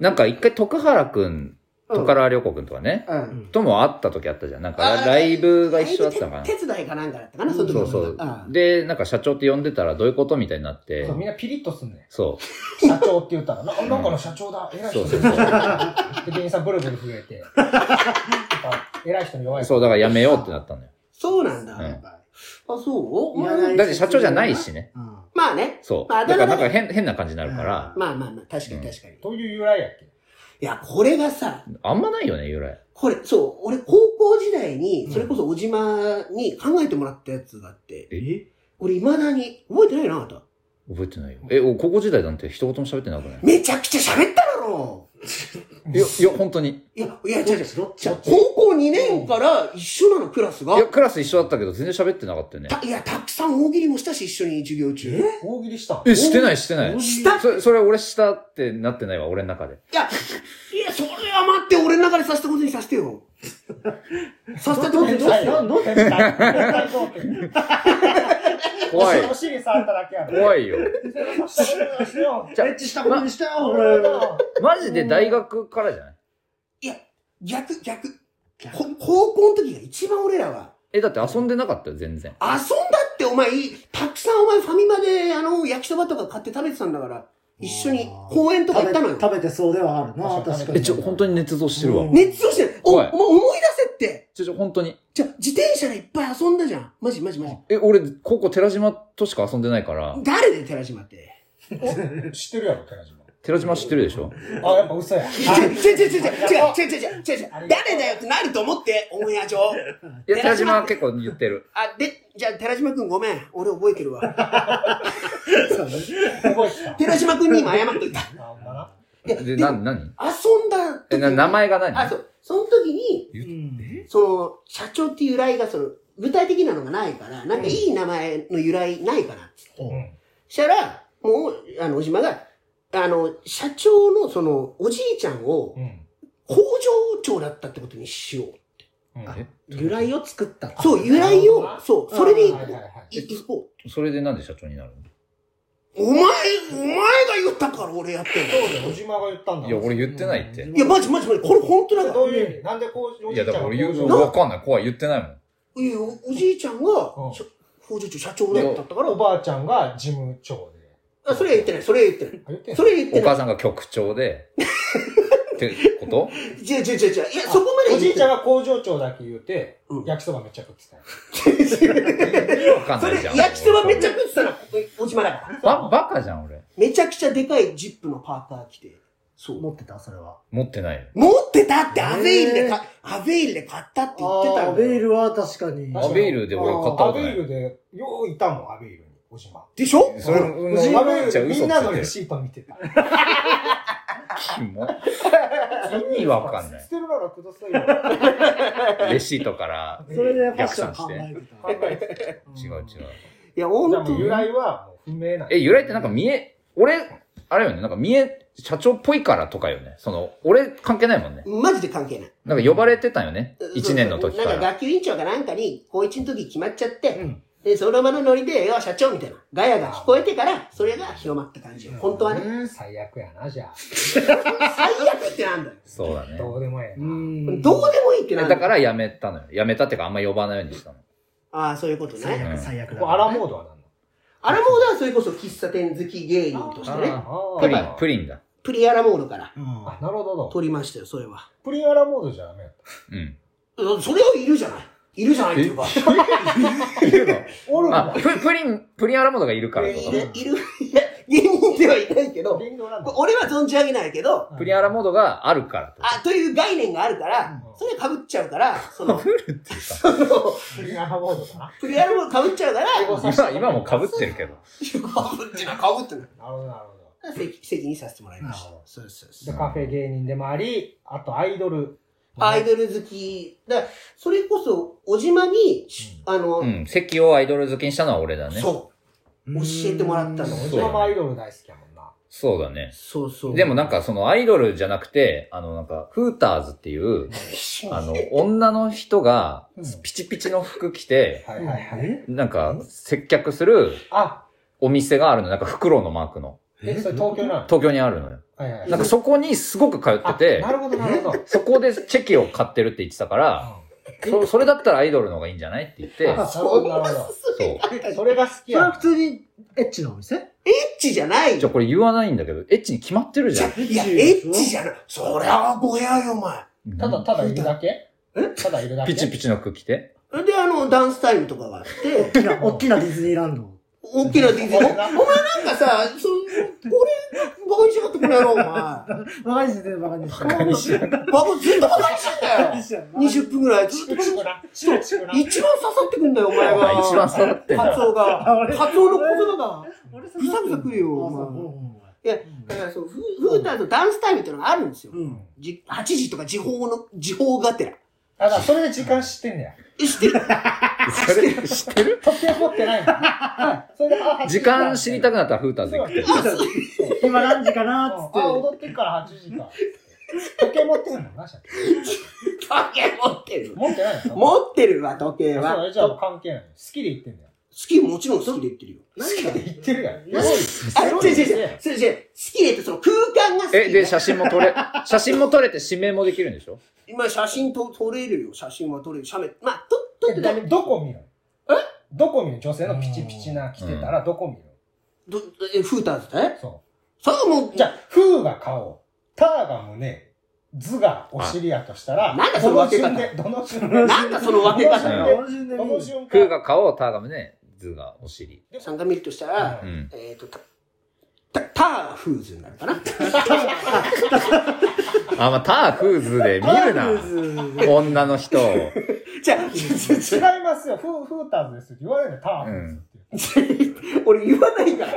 Speaker 1: なんか一回徳原くん
Speaker 3: うん
Speaker 1: 徳原涼子くんとかね
Speaker 3: うん。
Speaker 1: とも会った時あったじゃんなんか
Speaker 3: あ
Speaker 1: ラ
Speaker 3: ー
Speaker 1: ライブが一緒だったのかな
Speaker 3: 手手伝いかなんかだったかな、
Speaker 4: うん
Speaker 3: その時
Speaker 1: そ
Speaker 3: は
Speaker 1: うそう
Speaker 3: ああ
Speaker 1: でなんか社長って呼んでたらどういうことみたいになって
Speaker 2: そうみんなピリッとすんね
Speaker 1: そ
Speaker 2: ん。社長って言ったら、ななんかの社長だ、偉い人
Speaker 1: そうそうそ
Speaker 2: で、店員さんブルブル震えて。なんか偉い人に弱
Speaker 1: う
Speaker 2: い。
Speaker 1: そうだからやめようってなったのよ
Speaker 3: そうなんだ。
Speaker 1: うん
Speaker 3: やっぱりあ、そう
Speaker 4: いらない
Speaker 1: だって社長じゃないしね
Speaker 4: うん。
Speaker 3: まあね。
Speaker 1: そう
Speaker 3: まあ
Speaker 1: だ
Speaker 3: あだ
Speaker 1: から
Speaker 3: 名だ
Speaker 1: なん
Speaker 3: ね
Speaker 1: か変変な感じになるから
Speaker 3: まあまあまあ、確かに確かに。い
Speaker 2: どういう由来やっけ
Speaker 3: や、これがさ、
Speaker 1: あんまないよね由来
Speaker 3: これ、そう、俺高校時代に、それこそ小島に考えてもらったやつがあって、
Speaker 4: え
Speaker 3: 俺未だに、覚えてないな、あなた。
Speaker 1: 覚えてないよえお高校時代なんて一言も喋ってなくない
Speaker 3: めちゃくちゃ喋っただろ
Speaker 1: いやいや本当に
Speaker 3: いや、いや、違う違う。
Speaker 4: どっ
Speaker 3: じ
Speaker 4: ち
Speaker 3: ゃあ高校2年から一緒なの、クラスが
Speaker 1: い。やクラス一緒だったけど全然喋ってなかったよね
Speaker 3: たいや、たくさん大喜利もしたし、一緒に授業中。
Speaker 2: 大喜利したん
Speaker 1: えしてないしてない
Speaker 3: した
Speaker 1: それそれ俺したってなってないわ俺の中で
Speaker 3: いや、いや、それは待って、俺の中でさせたことにさせてよ。させたってことにさせてよ。
Speaker 4: どっち
Speaker 2: 絶対絶対どうって
Speaker 1: 怖い
Speaker 2: お尻触っただけやろ。
Speaker 1: 怖いよ
Speaker 4: エッチしたことにしたよ、俺。
Speaker 1: マジで大学からじゃない
Speaker 3: 逆、逆。こ高校の時が一番俺らは。
Speaker 1: えだって遊んでなかったよ全然
Speaker 3: 遊んだってお前、たくさんお前ファミマで、あの、焼きそばとか買って食べてたんだから、一緒に公園とか行ったのよ。
Speaker 4: 食べてそうではあるな、
Speaker 2: 確かに
Speaker 4: 確か
Speaker 1: え
Speaker 4: に。
Speaker 1: ちょ本当に捏造してるわ
Speaker 4: うん
Speaker 3: 熱中してる。お、お
Speaker 1: 怖い
Speaker 3: 前思い出せって。
Speaker 1: ちょちょ本当に
Speaker 3: じゃあ、自転車でいっぱい遊んだじゃん。マジマジマジ。
Speaker 1: え俺高校寺島としか遊んでないから
Speaker 3: 誰で寺島って。
Speaker 2: 知ってるやろ、寺
Speaker 1: 寺島知ってるでしょ
Speaker 2: 島。あ、やっ ぱ嘘や。
Speaker 3: 違う違う違う違う違う違う違う違う違う誰だよってなると思って、オンエア上。
Speaker 1: いや
Speaker 3: 寺島
Speaker 1: 寺島は結構言ってる
Speaker 3: あ、で、じゃあ、寺島くんごめん。俺覚えてるわ。
Speaker 4: そうね
Speaker 2: 覚えてた。
Speaker 3: 寺島くんに今謝っといた。
Speaker 2: あ、ほんまな。
Speaker 3: いや
Speaker 1: で
Speaker 3: で
Speaker 1: な
Speaker 3: も
Speaker 1: 何
Speaker 3: 遊んだ
Speaker 1: え
Speaker 3: 時
Speaker 1: な名前が
Speaker 3: あ、
Speaker 1: 何
Speaker 3: そう。その時に、
Speaker 4: うん
Speaker 3: その、社長っていう由来が、その、具体的なのがないから、なんかいい名前の由来ないかなっつって。
Speaker 2: うん。
Speaker 3: したら、もう、あの、小島が、あの、社長の、その、おじいちゃんを
Speaker 2: う、ん。
Speaker 3: 工場長だったってことにしよう。
Speaker 2: うん
Speaker 4: 由来を作った。
Speaker 3: そう、由来を、そう、それでい
Speaker 2: はいはいはい
Speaker 3: いこう。
Speaker 1: それでなんで社長になる
Speaker 3: お前、お前が言ったから俺やってん
Speaker 2: そう
Speaker 3: だ
Speaker 2: だよ、小島が言ったん
Speaker 1: の
Speaker 2: だもん
Speaker 1: いや俺言ってないって
Speaker 4: うん
Speaker 3: いや、マジマジマジ、これ本当だから
Speaker 2: ど。ういう意味なんでこう、お
Speaker 1: い
Speaker 2: じ
Speaker 1: や
Speaker 2: いち
Speaker 1: だ
Speaker 2: ゃ
Speaker 1: から
Speaker 2: んが
Speaker 1: 俺言う
Speaker 2: 工場
Speaker 1: わかんない怖い言ってないもん
Speaker 3: いや、おおじいちゃんが
Speaker 2: うん、
Speaker 3: しょ工場長、社長だったから
Speaker 2: お、ばあちゃんが事務長で。
Speaker 3: あそれは言ってない、それは言ってない。
Speaker 2: あ言ってん
Speaker 3: そ
Speaker 2: の
Speaker 3: れは 言っ
Speaker 1: お
Speaker 3: てな
Speaker 1: 母。
Speaker 3: い
Speaker 1: さんが局長 でってこと
Speaker 3: 違う違う違う違う。いや、そこまで
Speaker 2: おじいちゃん
Speaker 3: ん
Speaker 2: が工場長だけ言うて
Speaker 3: う、ん
Speaker 2: 焼きそばめっちゃ食ってたよ。
Speaker 1: わかん
Speaker 3: そ
Speaker 1: な
Speaker 3: れ
Speaker 1: いじゃ、ん
Speaker 3: 焼きそばめっちゃ食ってたの、おおじまだから。
Speaker 1: ばバカじゃん俺
Speaker 3: めちゃくちゃでかいジップのパーカー着て、そう。
Speaker 2: 持ってたそれは。
Speaker 1: 持ってない。
Speaker 3: 持ってたってアベイルで
Speaker 4: へ
Speaker 3: か、アベイルで買ったって言ってた
Speaker 4: あ
Speaker 3: の
Speaker 4: あ、ベールは確かに。
Speaker 1: アベイルで俺買った
Speaker 2: ア
Speaker 1: こと
Speaker 2: ベ
Speaker 1: な
Speaker 2: イ
Speaker 1: い。
Speaker 2: ルで、よういたもん、アベイルに、小島。
Speaker 3: でしょ
Speaker 1: それ、
Speaker 2: 小島アベイ
Speaker 1: じゃ嘘
Speaker 2: ル、み
Speaker 1: つ
Speaker 2: んな
Speaker 1: い
Speaker 2: の
Speaker 1: て
Speaker 2: レ
Speaker 1: る。
Speaker 2: シート見てた。
Speaker 1: キ モ意味わかんない
Speaker 2: 捨。てるならください よ。
Speaker 1: レシートから
Speaker 4: それでファッション考えてた。
Speaker 1: 違う違う。
Speaker 3: いや、ほん
Speaker 2: じゃあも
Speaker 3: と
Speaker 2: う由来はもう不明なん
Speaker 1: え、由来ってなんか見え、俺、あれよね、なんか見え、社長っぽいからとかよね。その、俺関係ないもんね。
Speaker 3: マジで関係ない。
Speaker 1: なんか呼ばれてたよね。1年の時か。
Speaker 3: なんから学級委員長かなんかに、高1の時決まっちゃって、
Speaker 2: うん
Speaker 3: で、その場のノリで、よ、社長みたいな、ガヤが聞こえてから、それが広まった感じよ。本当はね。
Speaker 2: ね。最悪やな、じゃあ。
Speaker 3: 最悪ってなんだよ。
Speaker 1: そうだね。
Speaker 2: どうでもええ
Speaker 4: う
Speaker 2: な。
Speaker 4: ん。
Speaker 3: どうでもいいってなんだ
Speaker 1: だ
Speaker 3: よ。
Speaker 1: からやめたのよ。やめたっていうかあんま呼ばないようにしたの。
Speaker 3: ああ、そういうこと
Speaker 4: 最
Speaker 3: ね。
Speaker 1: うん
Speaker 4: 悪、最悪
Speaker 2: ここ
Speaker 4: だ。
Speaker 2: アラモードは何
Speaker 3: アラモードはそれこそ喫茶店好き芸人としてね、
Speaker 2: の
Speaker 1: プリ
Speaker 2: あ
Speaker 1: ン、プリンだ。
Speaker 3: プリアラモードから
Speaker 4: うん
Speaker 2: あ、なるほど。
Speaker 3: 取りましたよ、それは。
Speaker 2: プリンアラモードじゃダメやっ
Speaker 1: う
Speaker 2: た。
Speaker 1: ん。
Speaker 3: うんそれはいるじゃない。いるじゃないっていうか。
Speaker 2: おるん
Speaker 1: あ
Speaker 2: だ。、
Speaker 1: ププリン、プリンアラモードがいるからってこ
Speaker 3: い
Speaker 1: と
Speaker 3: る、いる、いや、芸人ではいないけど、
Speaker 2: リンドランド
Speaker 3: 俺は存じ上げないけど、
Speaker 1: プリンアラモードがあるからってこ
Speaker 3: あ、という概念があるから、
Speaker 2: うん
Speaker 3: それ被っちゃうから、その、
Speaker 2: プリンアラモードかな。
Speaker 3: プリアラモード 被っちゃうから、
Speaker 1: と。今、今も被ってるけど。
Speaker 3: 被ってない、被ってない。
Speaker 2: なるほど、なるほど。
Speaker 3: 責責任させてもらいました
Speaker 2: なるほ。ど
Speaker 3: そうですそうです
Speaker 2: で、カフェ芸人でもあり、あとアイドル。
Speaker 3: アイドル好き。だからそれこそ、小島に、あの、
Speaker 1: うん。席をアイドル好きにしたのは俺だね。そう
Speaker 3: そう。教えてもらったの。
Speaker 2: 小島もアイドル大好きやもんな。
Speaker 1: だね。
Speaker 3: そうそう。
Speaker 1: でもなんかそのアイドルじゃなくて、あのなんか、フーターズっていう、あの、女の人が
Speaker 2: うん
Speaker 1: ピチピチの服着て、
Speaker 2: はいはいはい。
Speaker 4: い。
Speaker 1: なんか接客する
Speaker 2: あ、
Speaker 1: お店があるの。なんか袋のマークの。
Speaker 2: え、それ東京なの
Speaker 1: 東京にあるのよ。
Speaker 2: はいはい。
Speaker 1: なんかそこにすごく通ってて
Speaker 2: あ、なるほど、なるほど。
Speaker 1: そこでチェキを買ってるって言ってたから、そそれだったらアイドルの方がいいんじゃないって言って、
Speaker 2: あなるほど、なるほ
Speaker 1: そう。
Speaker 2: ど。それが好き
Speaker 4: それ
Speaker 2: や
Speaker 4: は
Speaker 2: もん
Speaker 4: 普。通にエッチなお店
Speaker 3: エッチじゃない
Speaker 1: じ
Speaker 3: よ
Speaker 1: ゃあこれ言わないんだけど、エッチに決まってるじゃん。
Speaker 3: いや、エッチじゃない。そりゃあ、ぼやよ、お前。
Speaker 2: ただ、ただいるだけ
Speaker 3: え
Speaker 2: ただいるだけ
Speaker 1: ピチピチの服着て。
Speaker 3: で、あの、ダンスタイムとかがあって、
Speaker 4: 大きな、大きなディズニーランド。
Speaker 3: 大きなディズニー。お前なんかさ、そ俺、バカにしやがってこの野郎、お前。バ
Speaker 4: バカにしてる、バカにしてる。
Speaker 1: 何しな
Speaker 3: カ、ずっとバカにしてんだよ。20分ぐらいずっと
Speaker 2: チクチクな。チクチクな。
Speaker 3: 一番刺さってくんだよ、お前が。
Speaker 1: 一番揃ってん
Speaker 3: カツ
Speaker 1: だ。
Speaker 3: オ が。カツオの小園が。
Speaker 4: 俺さ
Speaker 3: ぐさぐさ来るよ、お前。いや、だからそう、フフーターとダンスタイムっていうのがあるんですよ。
Speaker 4: うん。
Speaker 3: じ8時とか時報の、時報がてら。
Speaker 2: あ、だからそれで時間知ってんねや。
Speaker 3: え知って る
Speaker 1: それ知ってる
Speaker 2: 時計持って ないもんな。それで、あ、8
Speaker 1: 時間知りたくなったらフーターズ行くって。
Speaker 4: 今何時かな
Speaker 2: あ
Speaker 4: ーっつって。、
Speaker 2: 踊ってっから8時か。時計持ってないもんな、社長
Speaker 3: 時計持ってる。
Speaker 2: 持ってないの
Speaker 3: 持ってるわ、時計
Speaker 2: そう
Speaker 3: は。
Speaker 2: だじゃあ関係ない。好きで言ってんだよ。
Speaker 3: 好き、もちろん好きで言ってるよ。
Speaker 2: 好きで言ってるやん。
Speaker 4: 何
Speaker 3: あ、違う違う
Speaker 2: 違
Speaker 3: 違う。違う違う。好きでってその空間が好き
Speaker 1: え、で、写真も撮れ、写真も撮れて指名もできるんでしょ
Speaker 3: 今写真と撮れるよ。写真は撮れる。写メ。まあ、撮、撮ってダメ。
Speaker 2: どどこ見るのえどこ見るの女性のピチピチな着てたらどこ見る
Speaker 3: ど、え、フーターズだね
Speaker 2: の。そ
Speaker 3: それはもう、
Speaker 2: う。じゃあ、フーが顔、ターが胸、ズがお尻やとしたら、
Speaker 3: あなんだ
Speaker 2: ど
Speaker 3: その
Speaker 2: の
Speaker 3: 分け
Speaker 2: 瞬
Speaker 3: 方
Speaker 2: で、どの瞬
Speaker 3: あ、
Speaker 2: 間
Speaker 3: なん かその分け
Speaker 2: う
Speaker 3: 方。
Speaker 2: ん
Speaker 4: 楽しんで
Speaker 2: ど
Speaker 4: み
Speaker 2: の瞬
Speaker 1: フー
Speaker 2: 間
Speaker 1: が顔、ターが胸、ズがお尻。
Speaker 3: 参加見るとしたら、
Speaker 1: うん。
Speaker 3: えっ、と、た、た、ターフーズになるかな。
Speaker 1: あ、まあ、ターフーズで見るな。女の人を。
Speaker 3: じゃあ、
Speaker 2: 違いますよ。フー、フーターズですって言われるのターンですって。
Speaker 3: 俺言わないから。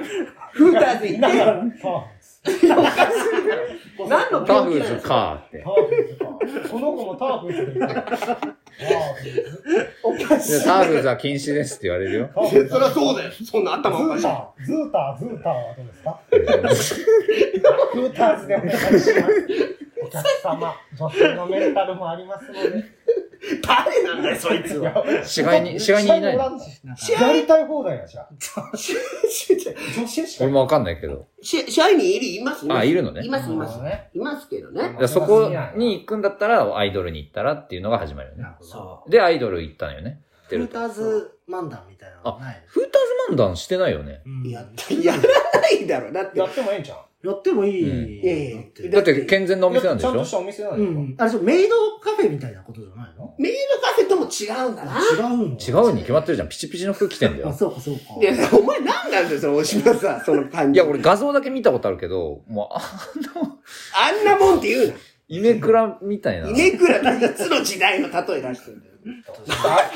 Speaker 3: フーターズ
Speaker 2: みん
Speaker 3: 行
Speaker 2: な
Speaker 3: っ
Speaker 2: がター
Speaker 3: てよ。
Speaker 2: ンです。
Speaker 3: 何の
Speaker 1: ター
Speaker 3: 病
Speaker 1: フ
Speaker 3: 気な
Speaker 1: ー
Speaker 3: の
Speaker 1: ズかーって
Speaker 2: タ。ーフーズか。この子もターフーズで言うのターフーズ。おかしい。
Speaker 1: でターフーズは禁止ですって言われるよ。
Speaker 2: ターフ
Speaker 3: い
Speaker 2: ー
Speaker 3: や
Speaker 2: ズ
Speaker 3: そりゃそうだよ。そんな頭おかし
Speaker 2: ズー。
Speaker 3: い
Speaker 2: ター、ズーター、ズーターはどうですかフーターズでお願いします。お客様、女性のメンタルもありますので。
Speaker 3: 誰なんだよ、そいつは。
Speaker 1: 市街に、市街にいないの
Speaker 3: 試
Speaker 2: や
Speaker 3: 合、
Speaker 2: りたい放題やじゃん。
Speaker 3: 試合、
Speaker 2: 女性しか
Speaker 1: 俺
Speaker 2: い
Speaker 1: もわかんないけど。
Speaker 3: 試合にいる、いますね。
Speaker 1: あいるのね
Speaker 3: います、い
Speaker 2: な
Speaker 3: ま
Speaker 2: い
Speaker 3: す。
Speaker 2: ね。
Speaker 3: いますけどね。
Speaker 1: いやそこに行くんだったら、アイドルに行ったらっていうのが始まるよね。
Speaker 3: そ
Speaker 1: で、アイドル行ったのよね。
Speaker 4: フーターズ漫談みたいなのない。
Speaker 1: フーターズ漫談してないよね。
Speaker 3: う。
Speaker 4: や
Speaker 3: やった、やらないだろ。だって
Speaker 2: や、ってもええんじゃん。
Speaker 4: ってもいい。
Speaker 3: いやいやいや
Speaker 1: だって健全なお店なんでし
Speaker 2: ちゃんと
Speaker 1: ょ
Speaker 2: したお店なん
Speaker 4: う
Speaker 2: でしょ
Speaker 4: ん。あれそう、メイドカフェみたいなことじゃないの
Speaker 3: メールカフェとも違うんだな。
Speaker 4: 違うの
Speaker 1: 違うに決まってるじゃん。ピチピチの服着てんだ
Speaker 4: あ、
Speaker 1: よ。
Speaker 4: そうかそうか。
Speaker 3: いや、お前何なんだよ、その、おしまさ、その感
Speaker 1: い
Speaker 3: じ。
Speaker 1: や、俺画像だけ見たことあるけど、もう、あの、
Speaker 3: あんなもんって言うな。
Speaker 1: イメクラみたいな。
Speaker 3: イネクラっていつの時代の例え出してんだよ。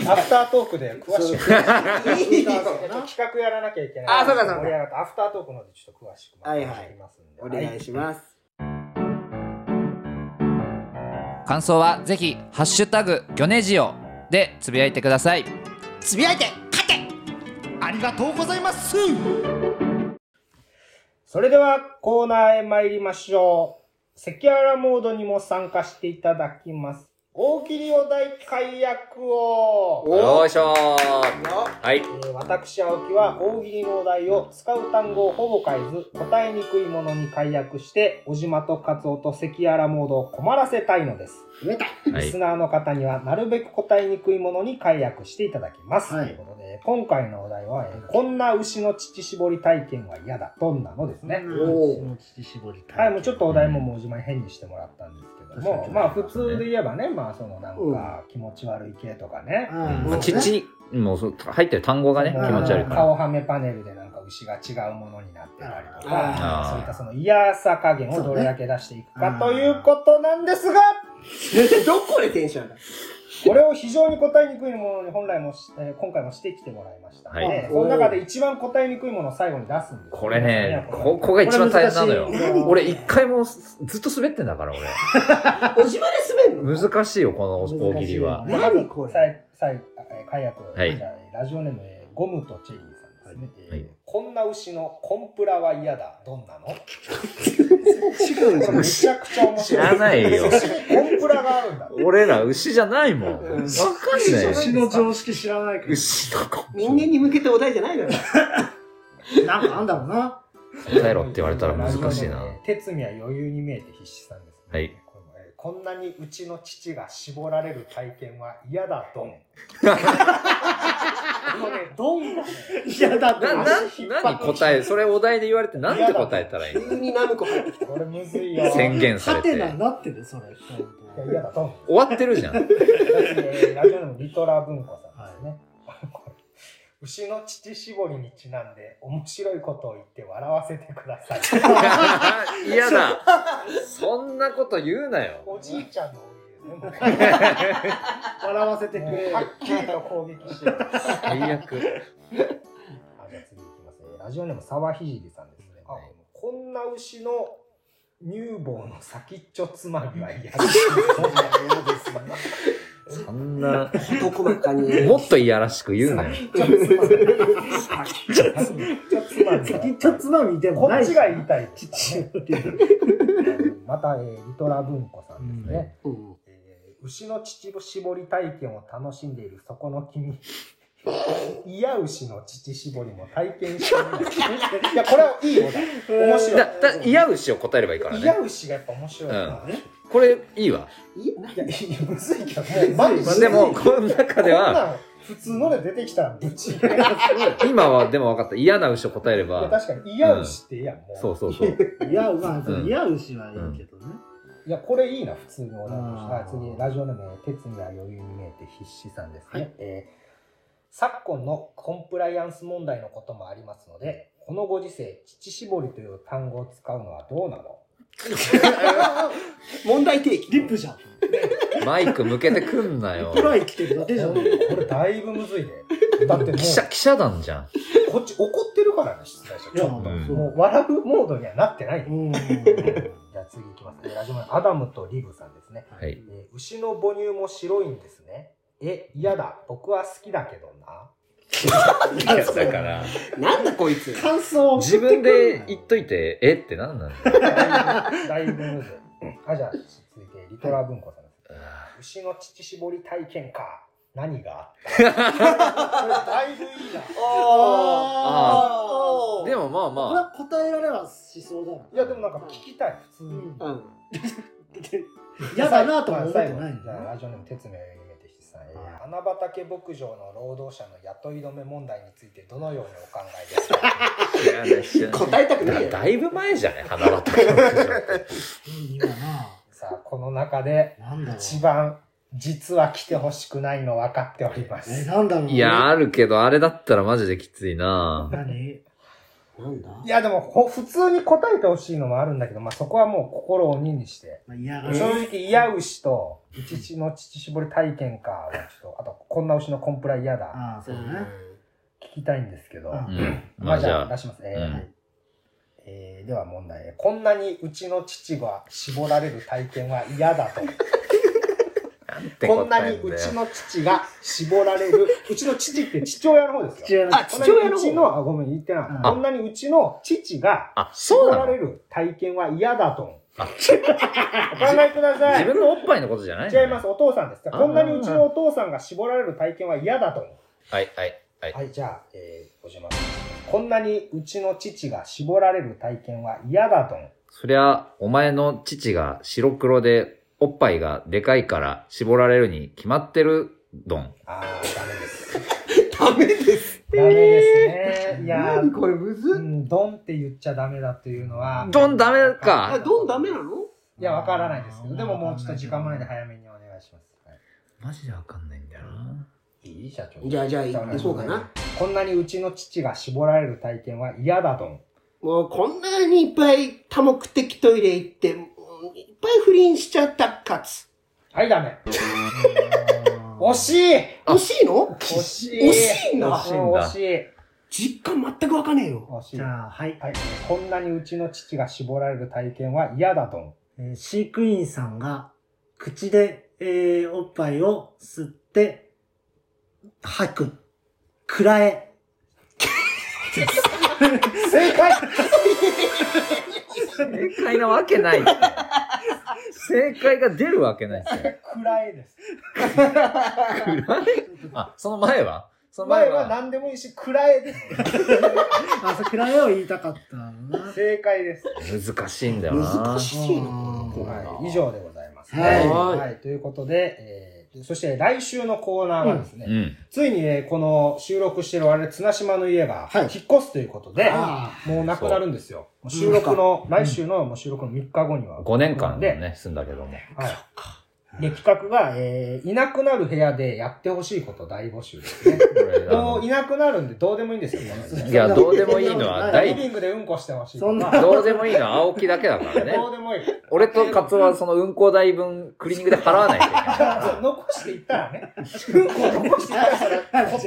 Speaker 2: アフタートークで詳しく。
Speaker 3: いいよ
Speaker 2: 企画やらなきゃいけない。
Speaker 3: あそうかそうか
Speaker 2: 盛り上がったアフタートークのでちょっと詳しくまた
Speaker 3: はいはい
Speaker 2: 聞きますんで。
Speaker 3: お願いします。
Speaker 5: 感想はぜひハッシュタグギョネジオでつぶやいてください
Speaker 3: つぶやいて、勝て
Speaker 5: ありがとうございます
Speaker 2: それではコーナーへ参りましょう。関原モードにも参加していただきます。大喜利お題解約を、
Speaker 1: よいしょーはい。
Speaker 2: えー私、青木は大喜利のお題を使う単語をほぼ変えず、答えにくいものに解約して、小島とカツオと関原モードを困らせたいのです。
Speaker 1: は
Speaker 2: リス
Speaker 1: い。
Speaker 2: ナーの方にはなるべく答えにくいものに解約していただきます。
Speaker 4: はい
Speaker 2: ということで、今回のお題は、えーこんな牛の乳搾り体験は嫌だ。どんなのですね。
Speaker 4: おお。乳絞り
Speaker 2: はい、もうちょっとお題ももうじまに変にしてもらったんですけど
Speaker 4: 確
Speaker 2: も
Speaker 4: か、に
Speaker 2: まあ普通で言えばね、まあそのなんか気持ち悪い系とかね、
Speaker 1: まあちっちに、もうそう入ってる単語がね、気
Speaker 2: その
Speaker 1: 持ち悪いから。
Speaker 2: 顔はめパネルでなんか牛が違うものになってたりと
Speaker 1: あ
Speaker 2: か
Speaker 1: ー、
Speaker 2: そういったその嫌さ加減をどれだけ出していくか
Speaker 4: そ
Speaker 2: と
Speaker 4: うね
Speaker 2: いうことなんですが、
Speaker 3: どこでテンション上がる
Speaker 2: これを非常に答えにくいものに本来もし、えー今回もしてきてもらいましたので、
Speaker 1: はい
Speaker 2: その中で一番答えにくいものを最後に出すんですよ
Speaker 1: これね、
Speaker 2: こ
Speaker 1: ここが一番大変なのよ
Speaker 2: これ難し。い
Speaker 1: 俺一回もすずっと滑ってんだから、
Speaker 3: おじまで滑んの
Speaker 1: 俺。難しいよ、この大喜利は。
Speaker 2: れ
Speaker 3: 何こ
Speaker 2: さ
Speaker 3: れ
Speaker 2: いさいえー解約を、
Speaker 1: はい
Speaker 2: じゃあえーラジオネーム、えーゴムとチェリーさんですね、えー
Speaker 1: はい
Speaker 2: こんな牛のコンプラは嫌だ。どんなの
Speaker 4: 違う
Speaker 2: これめちゃくちゃ面白い。
Speaker 1: 知らないよ
Speaker 2: 牛にコンプラがあるんだ。
Speaker 1: 俺ら牛じゃないもん。わかんないよ。
Speaker 4: 牛の常識知らないけど。
Speaker 1: 牛の子。
Speaker 3: 人間に向けてお題じゃないだろ。
Speaker 4: なんかなんだろうな。
Speaker 1: 答えろって言われたら難しいな。
Speaker 2: 哲也は余裕に見えて必死さんです
Speaker 1: は
Speaker 2: ね。
Speaker 1: い
Speaker 2: これもえーこんなにうちの父が絞られる体験は嫌だドン。このね、ドンがね、
Speaker 4: いやだって。
Speaker 1: な、な、何答え、それお題で言われて何て答えたらいいの
Speaker 3: 急にナムコ入ってき
Speaker 2: これむずいよ。
Speaker 1: 宣言さ
Speaker 4: ハ
Speaker 1: れ
Speaker 4: テ
Speaker 1: て。
Speaker 4: ナ
Speaker 1: 終
Speaker 4: になってるそれ。
Speaker 2: いや嫌だドン。
Speaker 1: わってるじゃん。
Speaker 2: えーラジオネームリトラ文庫さんですね。牛の乳搾りにちなんで面白いことを言って笑わせてください。
Speaker 1: 嫌だ。そんなこと言うなよ。
Speaker 2: おじいちゃんの大喜利ですね。
Speaker 4: 笑わせてく
Speaker 2: もう
Speaker 4: れ
Speaker 2: は。っきりと攻撃してる。
Speaker 1: 最悪。
Speaker 2: あじゃあ次いきますね。ラジオネーム沢ひじりさんですね。あこんな牛の乳房の先っちょつまみは嫌です。
Speaker 1: そんな、
Speaker 3: た。男ばっかに。
Speaker 1: もっといやらしく言うなよ。
Speaker 2: 先っちょつまみは
Speaker 4: 先っちょつまみでも
Speaker 2: こ
Speaker 4: な
Speaker 2: っ
Speaker 4: い
Speaker 2: ち
Speaker 4: し。
Speaker 2: が 言いたいって
Speaker 4: 父
Speaker 2: 言ったね。また、えーリトラ文庫さんですね。
Speaker 3: うん
Speaker 2: えー牛の乳搾り体験を楽しんでいるそこの君。 いや牛の乳搾りも体験してみ ない。いや、これはいいお題。面白い。
Speaker 1: だ、だ、嫌牛を答えればいいから
Speaker 2: いや
Speaker 1: ね。
Speaker 2: 牛がやっぱ面白いな。
Speaker 1: これ、いいわ。
Speaker 3: いやない
Speaker 2: や、いやむずいけど、もう、マジ
Speaker 1: まあでも、この中で
Speaker 2: こん
Speaker 1: は、
Speaker 2: なん普通ので出てきたらぶち切れる。い
Speaker 1: 今はでも分かった。嫌な牛を答えれ
Speaker 2: や、
Speaker 1: ば、
Speaker 2: 確かに、いや牛っていいやん、もう。
Speaker 1: そうそうそう。
Speaker 4: いや、まあ、いや、牛はいいけどね。
Speaker 2: いや、これいいな、普通のお題として。
Speaker 4: あー
Speaker 2: はい次、ラジオネーム、哲也は余裕に見えて必死さんですね。えー昨今のコンプライアンス問題のこともありますので、このご時世、乳搾りという単語を使うのはどうなの
Speaker 3: 問題提起。
Speaker 4: リップじゃん。
Speaker 1: マイク向けてくんなよ
Speaker 4: ト。ライ来てるだけじゃん。
Speaker 2: これだいぶむずいね。だっても
Speaker 1: 記者、
Speaker 2: う、
Speaker 1: 記者団じゃん。
Speaker 2: こっち怒ってるからね、出題者。
Speaker 4: い
Speaker 2: ち
Speaker 4: や、
Speaker 2: ょっ
Speaker 1: ん
Speaker 2: と
Speaker 4: そ
Speaker 2: も
Speaker 4: う。
Speaker 2: う笑うモードにはなってない。
Speaker 4: うん。
Speaker 2: じゃあ次いきますね。ラジオネームアダムとリブさんですね。
Speaker 1: はい。
Speaker 2: えー牛の母乳も白いんですね。え、嫌だ。僕は好きだけどな。
Speaker 1: いや、だから、
Speaker 3: なんだこいつ。
Speaker 4: 感想を送って
Speaker 1: 自
Speaker 4: く
Speaker 1: 分
Speaker 4: んなよ
Speaker 1: で言っといて、えって何なんだよ。
Speaker 2: だいぶむずい。あ、じゃあ続いてリトラ文庫さんです。牛の乳搾り体験か。何があったこれだいぶいいな。
Speaker 4: あ
Speaker 1: でもまあ
Speaker 4: あ。これ
Speaker 1: ま
Speaker 4: は答えられはしそうだな。
Speaker 2: いや、でもなんか聞きたい、普通
Speaker 4: う
Speaker 2: に。
Speaker 4: ん。
Speaker 3: うん。
Speaker 4: 嫌だなとは思ってない
Speaker 2: 最後
Speaker 4: の
Speaker 2: にじゃあラジオネーム哲明夢てひさん、えー花畑牧場の労働者の雇い止め問題についてどのようにお考えですか
Speaker 1: あ、知らない知らない
Speaker 3: 答えたくない
Speaker 1: だ
Speaker 3: よ。
Speaker 1: だいぶ前じゃない花畑牧場
Speaker 4: うん、今な。
Speaker 2: さあ、この中で
Speaker 4: なんだろう。
Speaker 2: 一番実は来てほしくないの分かっておりま
Speaker 4: え、
Speaker 2: す。
Speaker 4: なんだろう。
Speaker 1: いや、あるけど、あれだったらマジできついな
Speaker 4: 何なんだ
Speaker 2: いや、でも、ほ普通に答えてほしいのもあるんだけど、まあ、そこはもう心を鬼にして。
Speaker 4: まあ、いや、
Speaker 2: 正直、嫌牛と、父の乳搾り体験かは、ちょっと、あと、こんな牛のコンプラ嫌だ、
Speaker 4: ああ、そうだね。
Speaker 2: 聞きたいんですけど。
Speaker 4: うん
Speaker 1: うん。
Speaker 2: ま
Speaker 1: ま
Speaker 2: あ、
Speaker 1: あ
Speaker 2: じ
Speaker 1: じ
Speaker 2: ゃ
Speaker 1: ゃ
Speaker 2: あ、出
Speaker 1: あ、
Speaker 2: します。え
Speaker 1: う
Speaker 2: ー
Speaker 1: ん。
Speaker 2: えーでは問題。こんなにうちの父が絞られる体験は嫌だ と。こんなにうちの父が絞られる。 うちの父って父親の方ですよ。
Speaker 4: 父親の
Speaker 3: あ
Speaker 2: こんなにうちの、あ、
Speaker 3: 父親の方
Speaker 2: ごめん、言ってな。
Speaker 4: あ
Speaker 2: こんなにうちの父が
Speaker 1: あ、そう
Speaker 2: 絞
Speaker 1: な
Speaker 2: られ
Speaker 1: の
Speaker 2: る体験は嫌だと。 お
Speaker 1: あ
Speaker 2: 考えくださ
Speaker 1: 自
Speaker 2: い。
Speaker 1: 分のおっぱいのことじゃないのね
Speaker 2: 違います。。お父さんです。こんなにうちのお父さんが絞られる体験は嫌だと。
Speaker 1: はい、はい、はい。
Speaker 2: はい、じゃあ、えー、小島さん。こんなにうちの父が絞られる体験は嫌だと。
Speaker 1: そりゃ、お前の父が白黒で、おっぱいがでかいから絞られるに決まってる、どん。
Speaker 2: あー、ダメです。
Speaker 3: ダメです。
Speaker 2: ダメですね。いや
Speaker 4: 何
Speaker 2: ー、
Speaker 4: これむず
Speaker 2: う
Speaker 4: っ
Speaker 2: ん、ドンって言っちゃダメだというのは。
Speaker 1: ドンダメか
Speaker 3: あ、どんダメなの
Speaker 2: いや、わからないですけど、でももうちょっと時間前で早めにお願いします。は
Speaker 1: マジでわかんないんだよな。
Speaker 2: い、いい社長
Speaker 3: じゃあ、じゃあ、行こうかな。。
Speaker 2: こんなにうちの父が絞られる体験は嫌だと思う。
Speaker 3: もうこんなにいっぱい多目的トイレ行って、もういっぱい不倫しちゃったかつ。
Speaker 2: はい、ダメ。惜しい
Speaker 3: 惜しいの
Speaker 2: 惜しい
Speaker 3: 惜しいん
Speaker 2: 惜
Speaker 3: だ
Speaker 2: しい惜しい
Speaker 3: 実感全くわかんねえよ。
Speaker 2: 惜しい
Speaker 4: じゃあ、はい。
Speaker 2: はい、こんなにうちの父が絞られる体験は嫌だと思
Speaker 4: えー飼育員さんが、口で、えーおっぱいを吸って、吐く。くらえ。
Speaker 2: う。正解
Speaker 1: 正解なわけないって。正解が出るわけないですよ。
Speaker 2: 暗いです。
Speaker 1: 暗いあ、その前はその
Speaker 2: 前
Speaker 1: 前
Speaker 2: は
Speaker 1: は、
Speaker 2: 何でもいいし、暗いです。
Speaker 4: あ、そう、くらえを言いたかったのな。
Speaker 2: 正解です。
Speaker 1: 難しいんだよな。
Speaker 3: 難しいな。
Speaker 2: はい、以上でございます。
Speaker 4: はい
Speaker 2: はい、ということで、えーそして来週のコーナーはですね、
Speaker 1: うん。
Speaker 2: ついにね、この収録してる我々、綱島の家が
Speaker 4: はい
Speaker 2: 引っ越すということで、
Speaker 4: あ
Speaker 2: もうなくなるんですよ。もう収録の、来週のもう収録の3日後には。
Speaker 1: 5年間
Speaker 2: で、
Speaker 1: ね、住んだけども。
Speaker 2: はい。で、企画が、えー、いなくなる部屋でやってほしいこと大募集ですね。
Speaker 1: こ れあ
Speaker 2: も
Speaker 1: の
Speaker 2: ういなくなるんでどうでもいいんですよ、この数字
Speaker 1: いや、どうでもいいのは、
Speaker 2: リ
Speaker 1: 大、
Speaker 2: ビングでうんこしてほしいと
Speaker 4: そ
Speaker 2: か。
Speaker 4: んな、
Speaker 1: どうでもいいのは青木だけだからね。
Speaker 2: どうでもいい。
Speaker 1: 俺とカツはその運行代分クリーニングで払わないといけないか
Speaker 2: あそう残していったら ね、うんこを残していったらそれ、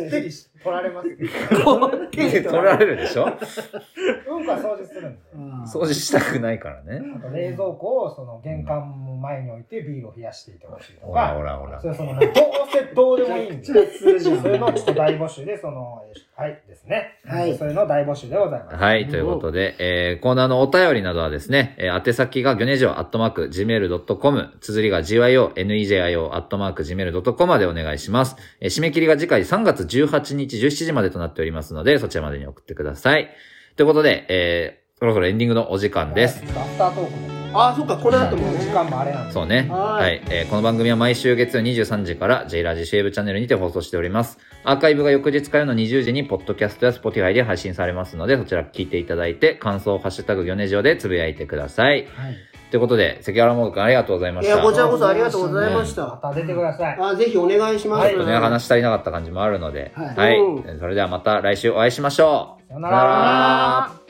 Speaker 2: こってりし取られますけど。
Speaker 1: ら。 取られるでしょ
Speaker 2: うんこは掃除するんで。
Speaker 4: うん
Speaker 1: 掃除したくないからね。
Speaker 2: あと冷蔵庫をその玄関の前に置いてビールを冷やしていてほしいと
Speaker 1: ほらほ
Speaker 2: か、
Speaker 1: らほら
Speaker 2: そ。れそのもうどうせどうでもいいん で、
Speaker 4: 口
Speaker 2: そ
Speaker 4: が通じゃん
Speaker 2: ういうのをちょっと大募集で、その、はいですね。
Speaker 4: はい
Speaker 2: そういうのを大募集でございます。
Speaker 1: はい、ということで、えー、コーナーのお便りなどはですね、えー、宛先がギョネジオアットマーク gmail.com、綴りが gyo, nejo アットマーク gmail.com までお願いします。えー、締め切りが次回3月18日17時までとなっておりますので、そちらまでに送ってください。ということで、えー、そろそろエンディングのお時間です。
Speaker 2: アフタートークも。
Speaker 3: あ、そっか、この後も
Speaker 2: もう時
Speaker 3: ね。
Speaker 2: 間もあれなんで。
Speaker 1: そうね。
Speaker 4: は
Speaker 1: はいい、えーこの番組は毎週月曜23時から J ラジシェーブチャンネルにて放送しております。アーカイブが翌日からの20時に、ポッドキャストや Spotify で配信されますので、そちら聞いていただいて、感想をハッシュタグギョネジオでつぶやいてください。
Speaker 4: はい。
Speaker 1: ということで、関原もどくんありがとうございま
Speaker 3: い
Speaker 1: した。
Speaker 3: や、こち
Speaker 1: ち
Speaker 3: らこそありがとうございまし
Speaker 2: ま
Speaker 3: た。
Speaker 2: た出てください。
Speaker 3: あ、ぜひお願いします。
Speaker 2: はい
Speaker 1: ょっとね、話足りなかった感じもあるので、
Speaker 4: はい
Speaker 1: はい。
Speaker 3: うん
Speaker 1: それではまた来週お会いしましょう。
Speaker 2: さよなら。